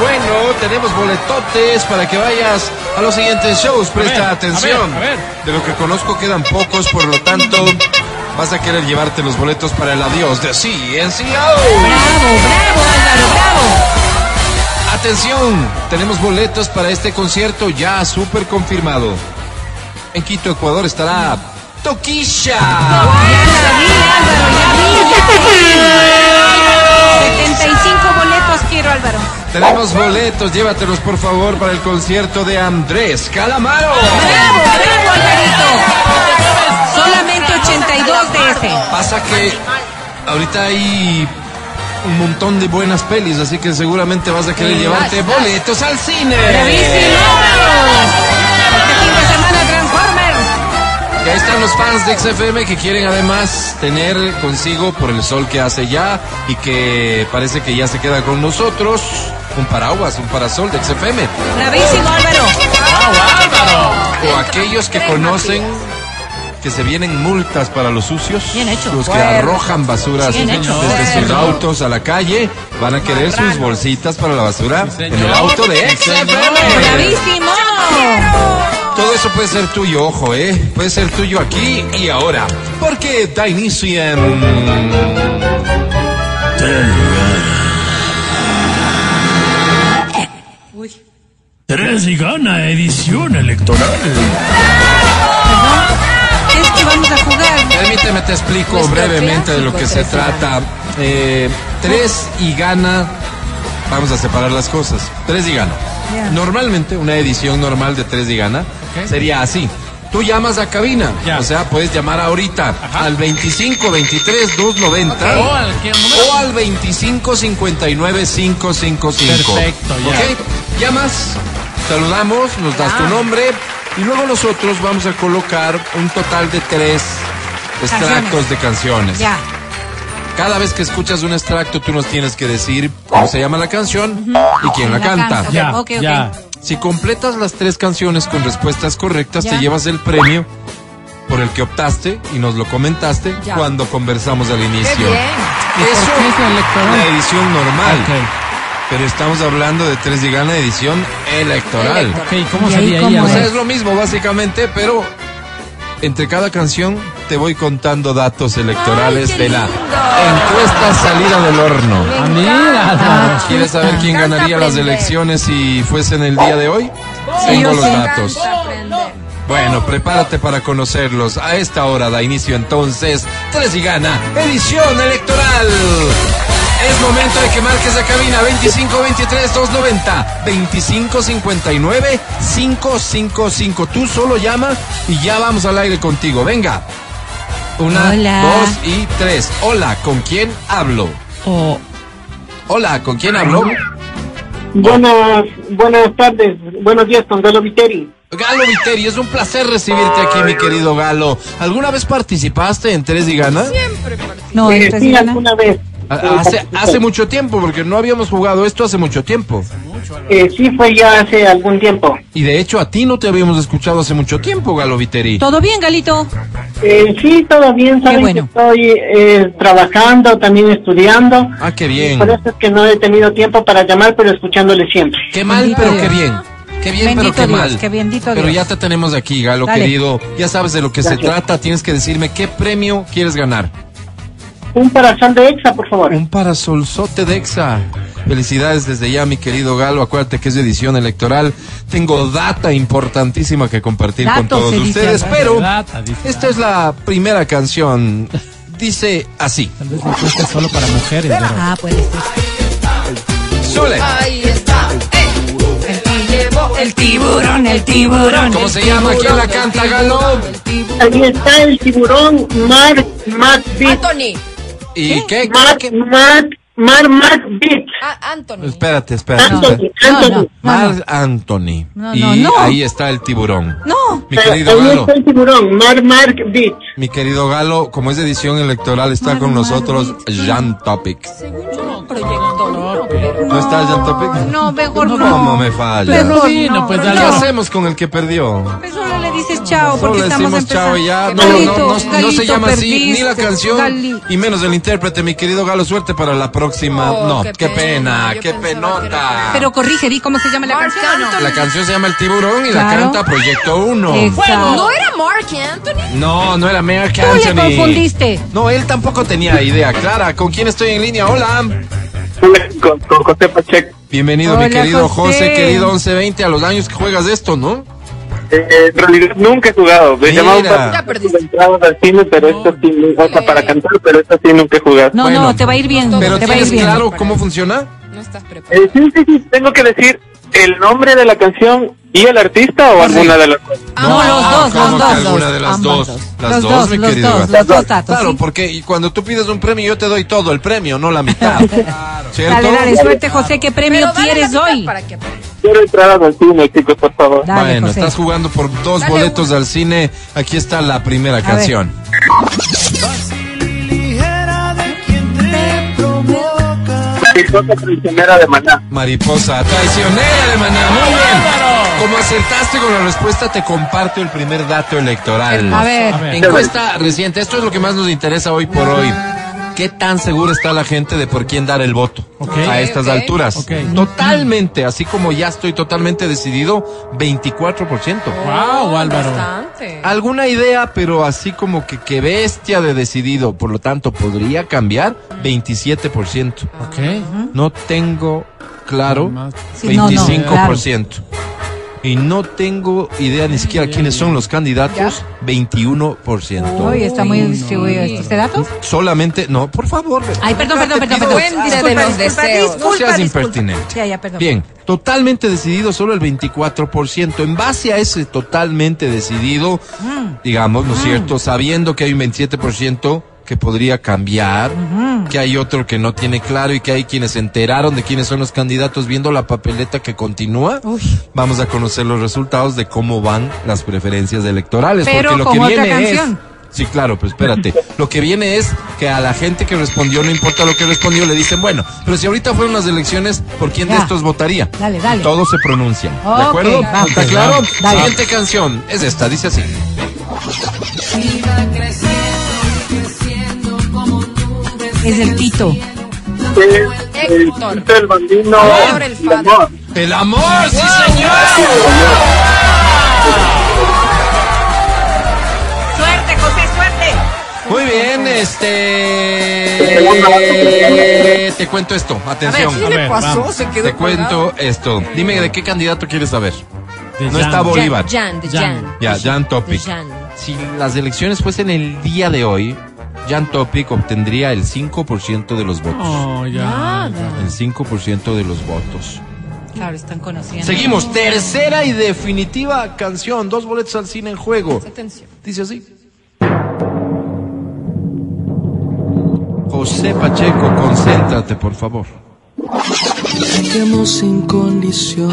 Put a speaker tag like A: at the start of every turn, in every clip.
A: bueno, tenemos boletotes para que vayas a los siguientes shows. Presta
B: ver,
A: atención.
B: a ver, a ver.
A: De lo que conozco quedan pocos, por lo tanto, vas a querer llevarte los boletos para el adiós de CNCO.
C: Bravo, bravo, Álvaro, bravo.
A: Atención, tenemos boletos para este concierto ya súper confirmado. En Quito, Ecuador estará Toquilla.
C: Ya lo sabía, Álvaro, ya vi, ya vi. 75 boletos quiero, Álvaro.
A: Tenemos boletos, llévatelos por favor para el concierto de Andrés Calamaro.
C: Bravo, bravo, Alvarito. Solamente 82 de este.
A: Pasa que ahorita hay un montón de buenas pelis, así que seguramente vas a querer llevarte boletos al cine.
C: Bravísimo. Este fin de semana, Transformers.
A: Y ahí están los fans de XFM que quieren además tener consigo por el sol que hace ya y que parece que ya se queda con nosotros un paraguas, un parasol de XFM.
C: Bravísimo, Álvaro.
A: O aquellos que conocen que se vienen multas para los sucios,
C: Bien hecho.
A: los que
C: Bueno.
A: arrojan basuras
C: Bien hecho.
A: desde sus
C: Bueno.
A: autos a la calle, van a querer sus bolsitas para la basura en
B: señor.
A: el auto de
B: Sí,
A: XFM.
C: Bravísimo.
A: Todo eso puede ser tuyo, ojo, ¿eh? Puede ser tuyo aquí y ahora. Porque da inicio en...
D: Tres y gana edición electoral.
C: Es que vamos a jugar.
A: Permíteme te explico
C: Nuestro
A: brevemente de lo
C: clásico
A: que se
C: tres y gana.
A: trata. Eh, tres y gana. Vamos a separar las cosas. Tres y gana.
C: Ya.
A: Normalmente una edición normal de tres y gana
B: Ok.
A: sería así. Tú llamas a cabina,
B: Ya.
A: o sea, puedes llamar ahorita
B: Ajá.
A: al 25 23 290
B: Ok. O Oh, al que-
A: o al 25 59 555.
B: Perfecto, ya.
A: Ok, llamas, saludamos, nos das
C: Ah.
A: tu nombre y luego nosotros vamos a colocar un total de tres
C: Canciones.
A: extractos de canciones.
C: Ya.
A: Cada vez que escuchas un extracto tú nos tienes que decir cómo se llama la canción y quién la canta.
C: canto.
B: Ya,
C: Ok, ok.
B: ya.
A: Si completas las tres canciones con respuestas correctas
C: Ya.
A: te llevas el premio por el que optaste y nos lo comentaste
C: Ya.
A: cuando conversamos al
C: Qué
A: inicio.
C: bien.
A: Eso
B: qué es la electoral?
A: la edición normal.
B: Ok,
A: Pero estamos hablando de Tres y Gana edición electoral.
C: Electoral.
B: ok, ¿cómo
C: ¿Y ahí
B: sería
C: cómo
B: ella?
A: O sea,
C: es?
A: es lo mismo básicamente, pero entre cada canción te voy contando datos electorales
C: Ay, qué
A: de la
C: lindo.
A: encuesta salida del horno.
B: Ah, mira,
C: Ah,
A: ¿Quieres saber quién
C: Encanta
A: ganaría las
C: aprender.
A: elecciones si fuesen el día de hoy? Tengo
C: yo
A: los
C: sí.
A: datos. Bueno, prepárate para conocerlos. A esta hora da inicio entonces Tres y Gana, edición electoral. Es momento de que marques la cabina 2523-290, 2559-555. Tú solo llama y ya vamos al aire contigo. Venga. Una,
C: Hola.
A: dos y tres. Hola, ¿con quién hablo?
B: O-
A: Hola, ¿con quién hablo?
E: Buenas, buenas tardes, buenos días, con Galo Viteri.
A: Galo Viteri, es un placer recibirte aquí, mi querido Galo. ¿Alguna vez participaste en Tres y Gana?
C: No,
E: Eh,
C: entonces
E: sí,
C: gana.
E: alguna vez. eh,
A: Ah, Hace,
E: participé.
A: hace mucho tiempo, porque no habíamos jugado esto hace mucho tiempo.
E: Eh, sí, fue ya hace algún tiempo.
A: Y de hecho a ti no te habíamos escuchado hace mucho tiempo, Galo Viteri.
C: ¿Todo bien, Galito?
E: Eh, sí, todo bien, saben
C: bueno.
E: que estoy eh, trabajando, también estudiando.
A: Ah, qué bien.
E: Por eso es que no he tenido tiempo para llamar, pero escuchándole siempre.
A: Qué mal,
C: Bendito
A: pero
C: Dios.
A: qué bien. Qué bien,
C: Bendito
A: pero qué
C: Dios,
A: mal.
C: qué bendito
A: pero
C: Dios.
A: ya te tenemos aquí, Galo,
C: Dale.
A: querido. Ya sabes de lo que se
E: Gracias.
A: trata. Tienes que decirme qué premio quieres ganar.
E: Un parasol de Exa, por favor.
A: Un parasolzote de EXA. Felicidades desde ya, mi querido Galo. Acuérdate que es edición electoral. Tengo data importantísima que compartir con
C: Datos,
A: todos
C: se dice
A: ustedes,
C: acá.
A: pero
B: Data, dice.
A: esta es la primera canción. Dice así.
B: Tal vez la encuesta es solo para mujeres, pero-
C: Ah, puede ser.
A: Sule.
F: Ahí está, eh. El que llevó el tiburón, el tiburón.
A: ¿Cómo se llama? ¿Quién la canta, Galo?
E: Ahí está el tiburón Mar Matt Beat.
C: Ah,
F: Anthony,
A: ¿Y qué?
E: Mar Matt Mar Matt Beat.
F: a- Anthony.
A: Espérate, espérate. espérate.
E: Anthony, Anthony.
C: Ah, No,
A: Mar Anthony.
C: No,
A: y
C: no, no.
A: ahí está el tiburón.
C: no.
A: Mi
E: Eh,
A: querido
E: ahí
A: Galo.
E: está el tiburón Mar Mar Beat.
A: Mi querido Galo, como es edición electoral, está
C: Mar,
A: con
C: Mar,
A: nosotros
C: sí.
A: Jan Topic.
F: Proyecto.
A: ¿No está Jan Topic?
C: No, mejor no.
A: ¿Cómo me falla?
C: Pero
B: Sí, no,
C: no,
B: pues
C: no,
A: ¿Qué
B: dale.
C: no.
A: hacemos con el que perdió?
C: Pues solo le dices chao porque
A: Solo
C: estamos empezando.
A: decimos chao y ya. No,
C: Galito,
A: no, no, no
C: Galito,
A: se llama así ni
C: perdiste,
A: la canción
C: Gali-
A: y menos el intérprete, mi querido Galo. Suerte para la próxima.
F: Oh,
A: no, qué,
F: qué
A: pena,
F: pena, yo
A: qué
F: pensaba que
A: penota.
F: era-
C: Pero corrige, di cómo se llama la
F: Marc
C: canción. ¿o no?
F: Anthony.
A: La canción se llama El Tiburón y la
C: Claro.
A: canta Proyecto 1.
C: Exacto.
F: Bueno, ¿no era Mark Anthony?
A: No, no era Mayor que
C: Tú le
A: Anthony.
C: confundiste.
A: No, él tampoco tenía idea clara. ¿Con quién estoy en línea? Hola.
E: Con, con José Pacheco.
A: Bienvenido, mi
C: Hola,
A: querido José,
C: José.
A: querido 1120. A los años que juegas esto, ¿no?
E: Eh, en realidad nunca he jugado. Me
A: Mira.
E: llamaban
A: Ya
E: para
F: perdiste.
E: entradas al cine, pero esto sí, o sea, para cantar, pero esto sí nunca he jugado.
C: No,
A: Bueno,
C: no, te va a ir bien.
A: Pero
C: te va a ir
A: ¿tienes
C: bien.
A: claro cómo funciona?
F: No estás preparado.
E: Eh, sí, sí, sí, tengo que decir el nombre de la canción y el artista o alguna de las dos.
C: Ah, No, los dos,
A: Ah, ¿cómo
C: los
A: que
C: dos.
A: alguna
C: los-
A: de las
C: ambos
A: dos? Las
C: Los
A: dos,
C: dos,
A: mi
C: los
A: querido
C: dos,
A: gato.
C: los dos datos.
A: Claro,
C: sí.
A: porque y cuando tú pides un premio, yo te doy todo el premio, no la mitad. ¿Cierto?
C: Dale, dale, suerte, José. ¿Qué premio
F: Pero dale
C: quieres
F: la mitad
C: hoy?
F: Para que aprendas.
E: Quiero entradas al cine, chicos, por favor.
C: Dale,
A: bueno,
C: José.
A: estás jugando por dos
F: Dale
A: boletos
F: una.
A: al cine. Aquí está la primera canción.
E: Chicosa prisionera de Maná.
A: Mariposa traicionera de Maná. Muy bien. Como acertaste con la respuesta, te comparto el primer dato electoral.
C: A ver.
B: A ver.
A: Encuesta reciente. Esto es lo que más nos interesa hoy por hoy. ¿Qué tan segura está la gente de por quién dar el voto
B: Ok.
A: a estas
F: Ok.
A: alturas?
B: Ok.
A: Totalmente, así como ya estoy totalmente decidido, 24%.
B: Wow, Álvaro.
F: Bastante.
A: Alguna idea, pero así como que qué bestia de decidido, por lo tanto podría cambiar 27%.
B: Ok.
A: No tengo claro
B: Más.
C: Sí, no, no,
A: 25%. Y no tengo idea ni siquiera quiénes son los candidatos, 21%.
C: Uy, está muy
B: Uy, no,
C: distribuido esto. ¿Este dato?
A: Solamente, no, por favor. ve-
C: Ay, perdón, perdón, perdón,
A: pido-
C: perdón.
F: Fuente de los deseos.
A: No seas
C: disculpa.
A: impertinente.
C: Ya, ya, perdón.
A: Bien, totalmente decidido, solo el 24%. En base a ese totalmente decidido,
C: Mm.
A: digamos, ¿no es cierto? Sabiendo que hay un 27% que podría cambiar,
C: Mm-hmm.
A: que hay otro que no tiene claro y que hay quienes se enteraron de quiénes son los candidatos viendo la papeleta que continúa,
C: Uy.
A: vamos a conocer los resultados de cómo van las preferencias electorales.
C: Pero
A: porque lo
C: como
A: que
C: otra
A: viene es...
C: canción.
A: Sí, claro, pero espérate. Lo que viene es que a la gente que respondió, no importa lo que respondió, le dicen, bueno, pero si ahorita fueron las elecciones, ¿por quién de
C: Ya.
A: estos votaría?
C: Dale, dale.
A: Todos se pronuncian. ¿De
C: Ok,
A: acuerdo?
C: vamos.
A: ¿Está claro?
C: Dale.
A: Siguiente canción es esta, dice así.
C: Es el Tito.
E: Eh, eh,
F: Héctor.
E: Tito el Bambino.
F: Ahora el
E: el amor.
A: ¡El amor! ¡Sí, señor!
C: Suerte, José, suerte.
A: Muy bien, este. Te cuento esto, atención.
F: ¿Qué
B: A
F: le
B: ver,
F: pasó?
B: vamos.
F: Se quedó
A: Te cuento esto. Dime de qué candidato quieres saber. No está
B: Django.
A: Bolívar.
F: Jan, de Jan.
A: Ya, Jan Topic.
F: De Jan.
A: Si las elecciones fuesen el día de hoy, Jan Topic obtendría el 5% de los votos.
B: Oh, ya.
F: Nada.
A: El 5% de los votos.
C: Claro, están conociendo.
A: Seguimos. Tercera y definitiva canción. Dos boletos al cine en juego.
F: Atención.
A: Dice así. José Pacheco, concéntrate, por favor.
G: Te amo sin condición.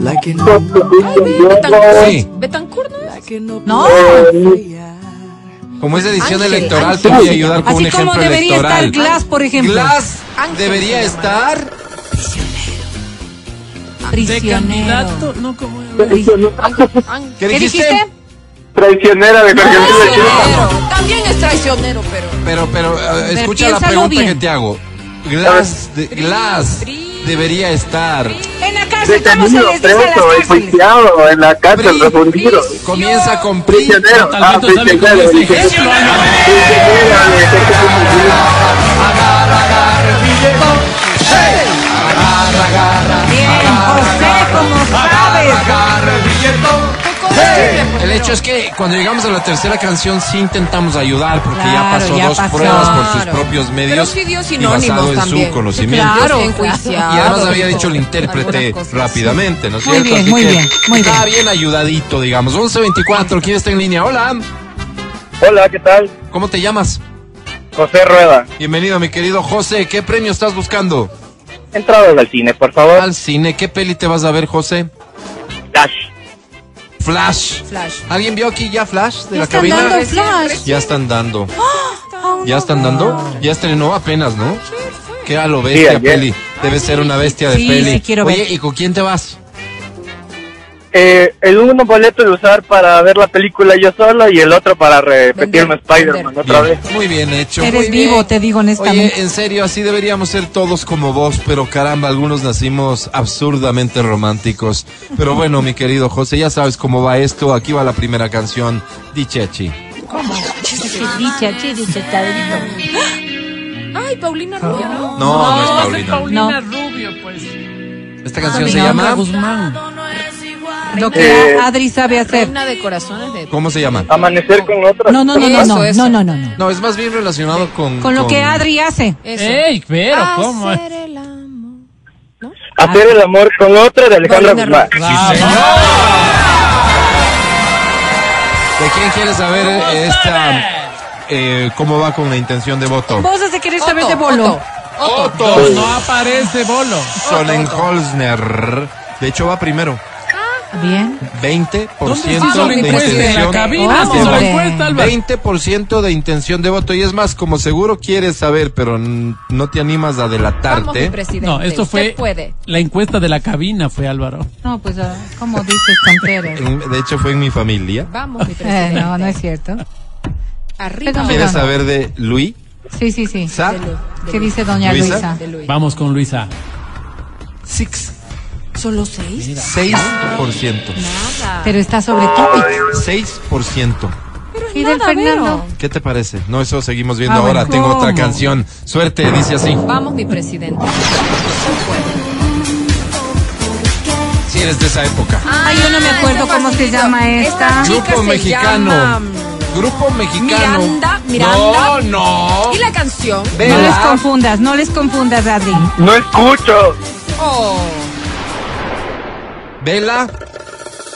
G: La que no,
F: Ay, ve, Betancourt.
A: Sí.
F: Betancourt no
G: la que no
C: No.
G: podía.
A: Como es edición
F: Ángel,
A: electoral,
F: Ángel.
A: te voy a ayudar con un
C: Así
A: ejemplo
C: como debería
A: electoral.
C: estar Glass, por ejemplo.
A: Glass
F: Ángel
A: debería
F: se llama.
A: estar.
B: De
C: Prisionero.
B: candidato. No, como.
F: es. Ángel.
A: ¿Qué
C: ¿Qué
A: dijiste?
C: dijiste?
E: Traicionera de Jorge Luis de Chile.
F: Traicionero. También es traicionero, pero.
A: Pero, pero, eh, escucha la
C: piénsalo
A: pregunta
C: bien.
A: que te hago. Glass, de- Glass
F: Tri-
A: debería estar.
C: En la cárcel, estamos en
E: Detenido,
C: les dice las
E: preso,
C: cárceles.
E: enjuiciado, en la cárcel,
A: Pri-
E: refundido.
A: Comienza con pri.
E: Prisionero. Ah,
B: Tal vez sabe cómo
E: prisionero.
B: es
E: dije.
B: ejemplo. Álvaro.
E: Prisionera de Jorge Luis de Chile.
C: Bien, José, como sabes.
A: El hecho es que cuando llegamos a la tercera canción sí intentamos ayudar porque ya
C: Claro,
A: pasó
C: ya
A: dos
C: pasó.
A: pruebas por sus
F: Claro.
A: propios medios
F: sí dio
A: y basado
F: sinónimos
A: en
F: también.
A: su conocimiento.
C: Claro.
F: Dios enjuiciado,
A: Y además había
F: dijo
A: dicho el intérprete
F: alguna cosa.
A: rápidamente, ¿no es
C: Muy
A: cierto?
C: bien,
A: Así
C: muy
A: que
C: bien, muy
A: Está bien ayudadito, digamos. 1124, ¿quién está en línea? Hola,
E: Hola, ¿qué tal?
A: ¿cómo te llamas?
E: José Rueda.
A: Bienvenido, mi querido José. ¿Qué premio estás buscando?
E: Entradas al cine, por favor.
A: Al cine. ¿Qué peli te vas a ver, José?
E: Dash.
A: Flash.
F: Flash.
A: ¿Alguien vio aquí ya Flash de
C: Ya
A: la
C: están
A: cabina?
C: dando flash.
A: Ya están dando.
C: ¡Ah!
A: ¿Ya están dando? Ya estrenó apenas, ¿no? Qué a lo
E: Sí,
A: bestia
E: ayer.
A: peli. Debe ser una bestia de
C: Sí,
A: peli.
C: sí quiero
A: Oye,
C: ver.
A: ¿y con quién te vas?
E: eh, el uno boleto de usar para ver la película yo solo y el otro para repetirme
F: Vender,
E: Spider-Man otra
A: Bien,
E: vez.
A: Muy bien hecho.
C: Eres
A: muy bien.
C: vivo, te digo honestamente.
A: Oye, en serio, así deberíamos ser todos como vos, pero caramba, algunos nacimos absurdamente románticos. Pero bueno, mi querido José, ya sabes cómo va esto. Aquí va la primera canción, Dichechi.
C: Dicha, chi, dicha, chadrito.
F: Ay, Paulina Rubio,
C: Ah.
F: ¿no?
A: No, no, es Paulina.
B: Paulina Rubio, pues.
A: Esta canción se
B: Alejandra
A: llama.
B: Guzmán.
C: Lo
E: Eh,
C: que Adri sabe hacer.
F: Reina de corazones de...
A: ¿Cómo se llama?
E: Ah. Amanecer con otra.
C: No, no, no, no,
F: Eso,
C: no,
F: eso.
C: no, no, no, no.
A: No, es más bien relacionado con.
C: Con lo que Adri hace.
F: Eso.
B: Ey, pero
C: Ah,
B: ¿cómo es?
F: Hacer el amor.
E: Hacer el amor con otra de Alejandra
F: Paulina
E: Guzmán.
B: Bravo.
A: ¿De quién quieres saber eh, esta. eh, cómo va con la intención de voto?
C: Vos hace querer
F: Otto,
C: saber de bolo.
F: Otto,
B: No,
F: Otto.
B: no aparece Bolo.
A: Holzner. De hecho, va primero.
C: Bien.
A: 20% de
C: ¿Dónde está
A: intención.
C: la
B: En la cabina
C: Vamos,
B: se hizo la
C: hombre.
B: encuesta, Álvaro.
A: 20% de intención de voto. Y es más, como seguro quieres saber, pero n- no te animas a
F: Vamos, mi
A: delatarte.
F: presidente.
B: No, esto fue
F: Usted puede.
B: la encuesta de la cabina, fue Álvaro.
C: No, pues, ah, ¿cómo dices, Contreras?
A: En- De hecho, fue en mi familia.
F: Vamos, mi
C: Eh,
F: presidente.
C: no, no es cierto.
F: Arriba.
C: Perdón,
A: ¿Quieres
C: Vamos.
A: saber de Luis?
C: Sí, sí, sí.
A: ¿Sa?
C: ¿Qué dice doña
A: ¿Luisa?
C: Luisa?
F: De Luis.
B: Vamos con Luisa.
A: Six.
F: ¿Solo seis?
A: 6%.
F: Nada.
C: Pero está sobre topic.
A: 6%.
C: ¿Y del
F: nada,
C: Fernando?
A: ¿Qué te parece? No, eso seguimos viendo
C: Ah, bueno.
A: ahora. Tengo otra
C: ¿Cómo?
A: canción. Suerte, dice así.
F: Vamos, mi presidente.
A: Si eres de esa época.
C: Ay, yo no me acuerdo cómo se llama esta.
F: Esta chica
A: Grupo
F: se
A: mexicano.
F: llama-
A: Grupo mexicano.
F: Miranda, Miranda.
A: No, no.
F: ¿Y la canción?
C: No les
A: Vela.
C: confundas, no les confundas, Adri.
E: No escucho.
F: Oh.
A: Vela.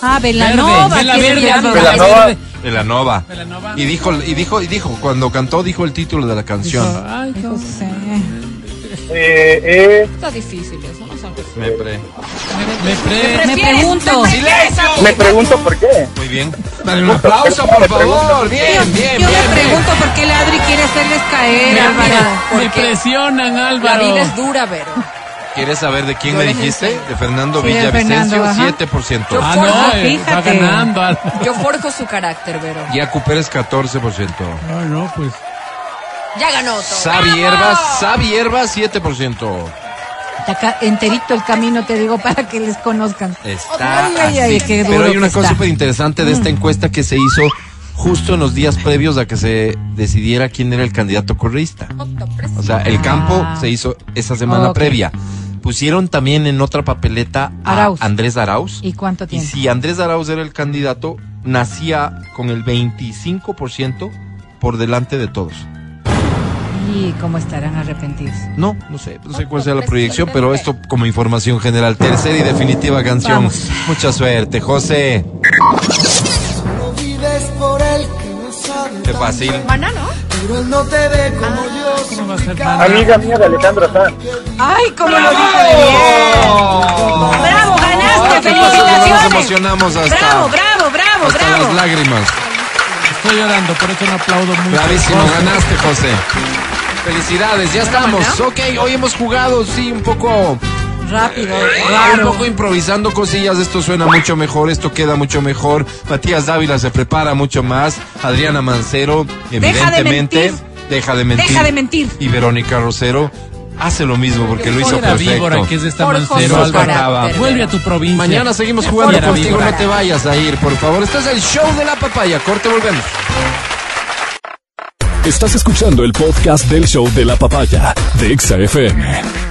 C: Ah,
B: Verde,
C: Belanova.
B: Vela
C: quiere
B: Verde,
C: ir a
B: Álvaro,
C: Belanova.
B: Vela
E: Velanova.
B: Verde.
A: Velanova.
B: Velanova.
A: Y dijo, y dijo, y dijo, cuando cantó dijo el título de la canción.
B: Ay, qué
C: No
B: horror.
C: sé.
E: Eh, eh,
F: Está difícil eso. No son cosas.
A: Me pre-
B: Me pre-
C: Me pregunto.
E: me pregunto por qué.
A: Muy bien. Dale un aplauso, por favor. Bien,
C: Yo
A: bien, bien,
C: me
A: bien.
C: pregunto por qué la Adri quiere hacerles caer,
B: Mira,
C: Álvaro.
B: me- me presionan,
F: La
B: Álvaro.
F: vida es dura, Vero.
A: ¿Quieres saber de quién me dijiste? De Fernando
C: Sí, de
A: Villavicencio,
C: Fernando, ajá.
A: 7%.
B: Ah,
C: Ah,
B: no, eh, va
C: fíjate.
B: ganando. Álvaro.
F: Yo forjo su carácter, Vero.
A: Yacu Pérez, 14%.
B: No, no, pues.
F: Ya ganó todo.
A: Sabi Hierbas, Sabi Hierbas, 7%.
C: Acá enterito el camino, te digo, para que les conozcan.
A: Está
C: Ay, ay, ay,
A: así.
C: qué duro
A: Pero hay
C: que
A: una cosa
C: está. Mm.
A: súper interesante de esta encuesta que se hizo justo en los días previos a que se decidiera quién era el candidato correísta. O sea, el campo
C: Ah.
A: se hizo esa semana
C: Ok.
A: previa. Pusieron también en otra papeleta a
C: Arauz.
A: Andrés Arauz.
C: ¿Y cuánto
A: Y
C: tiempo?
A: si Andrés Arauz era el candidato, nacía con el 25% por delante de todos.
C: Y cómo estarán arrepentidos.
A: No, no sé, no sé cuál sea la proyección, pero esto como información general. Tercera y definitiva canción.
C: Vamos.
A: Mucha suerte, José.
G: No vives por él que no sabe
A: Qué
G: tanto,
A: fácil.
F: Maná, ¿no?
G: Pero él no te ve como yo.
B: ¿Cómo va a ser
E: Amiga mía de Alejandra Sanz.
C: ¡Ay, cómo lo dijo de bien! ¡Bravo,
A: Ay,
C: ganaste!
A: ¿qué pasó? Nos
C: ¡Felicitaciones!
A: emocionamos
C: ¡Bravo,
A: hasta,
C: bravo, bravo,
A: hasta las
C: bravo!
A: lágrimas.
B: Estoy llorando, por eso no aplaudo mucho.
A: Bravísimo, ganaste, José. Felicidades, ya estamos. Ok, hoy hemos jugado, sí, un poco.
C: Rápido,
A: Un
C: raro.
A: poco improvisando cosillas, esto suena mucho mejor, esto queda mucho mejor. Matías Dávila se prepara mucho más. Adriana Mancero,
C: Deja de
A: evidentemente, deja de mentir.
C: Deja de mentir.
A: Y Verónica Rosero hace lo mismo porque lo hizo
B: Mira, víbora,
A: perfecto.
B: que es de esta
F: Por
B: mancero,
A: José
B: Álvaro.
A: Caracas.
B: Vuelve a tu provincia.
A: Mañana seguimos jugando
B: Fuera,
A: contigo,
B: víbora.
A: no te vayas a ir, por favor. Este es el show de la papaya. Corte, volvemos.
H: Estás escuchando el podcast del show de la papaya de Exa FM.